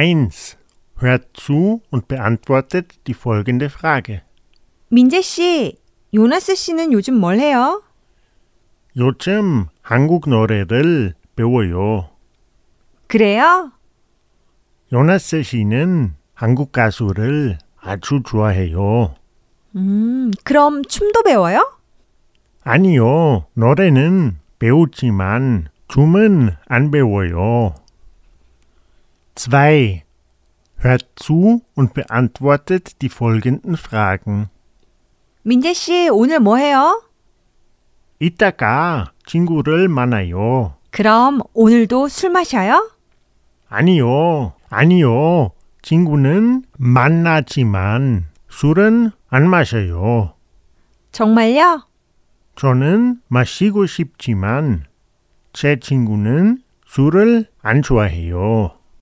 1. Hört zu und beantwortet die folgende Frage. 민재 씨, 요나스 씨는 요즘 뭘 해요? 요즘 한국 노래를 배워요. 그래요? 요나스 씨는 한국 가수를 아주 좋아해요. 음, 그럼 춤도 배워요? 아니요, 노래는 배우지만 춤은 안 배워요. 2. Hört zu und beantwortet die folgenden Fragen. 민재 씨, 오늘 뭐 해요? 이따가 친구를 만나요. 그럼 오늘도 술 마셔요? 아니요, 아니요. 친구는 만나지만 술은 안 마셔요. 정말요? 저는 마시고 싶지만 제 친구는 술을 안 좋아해요.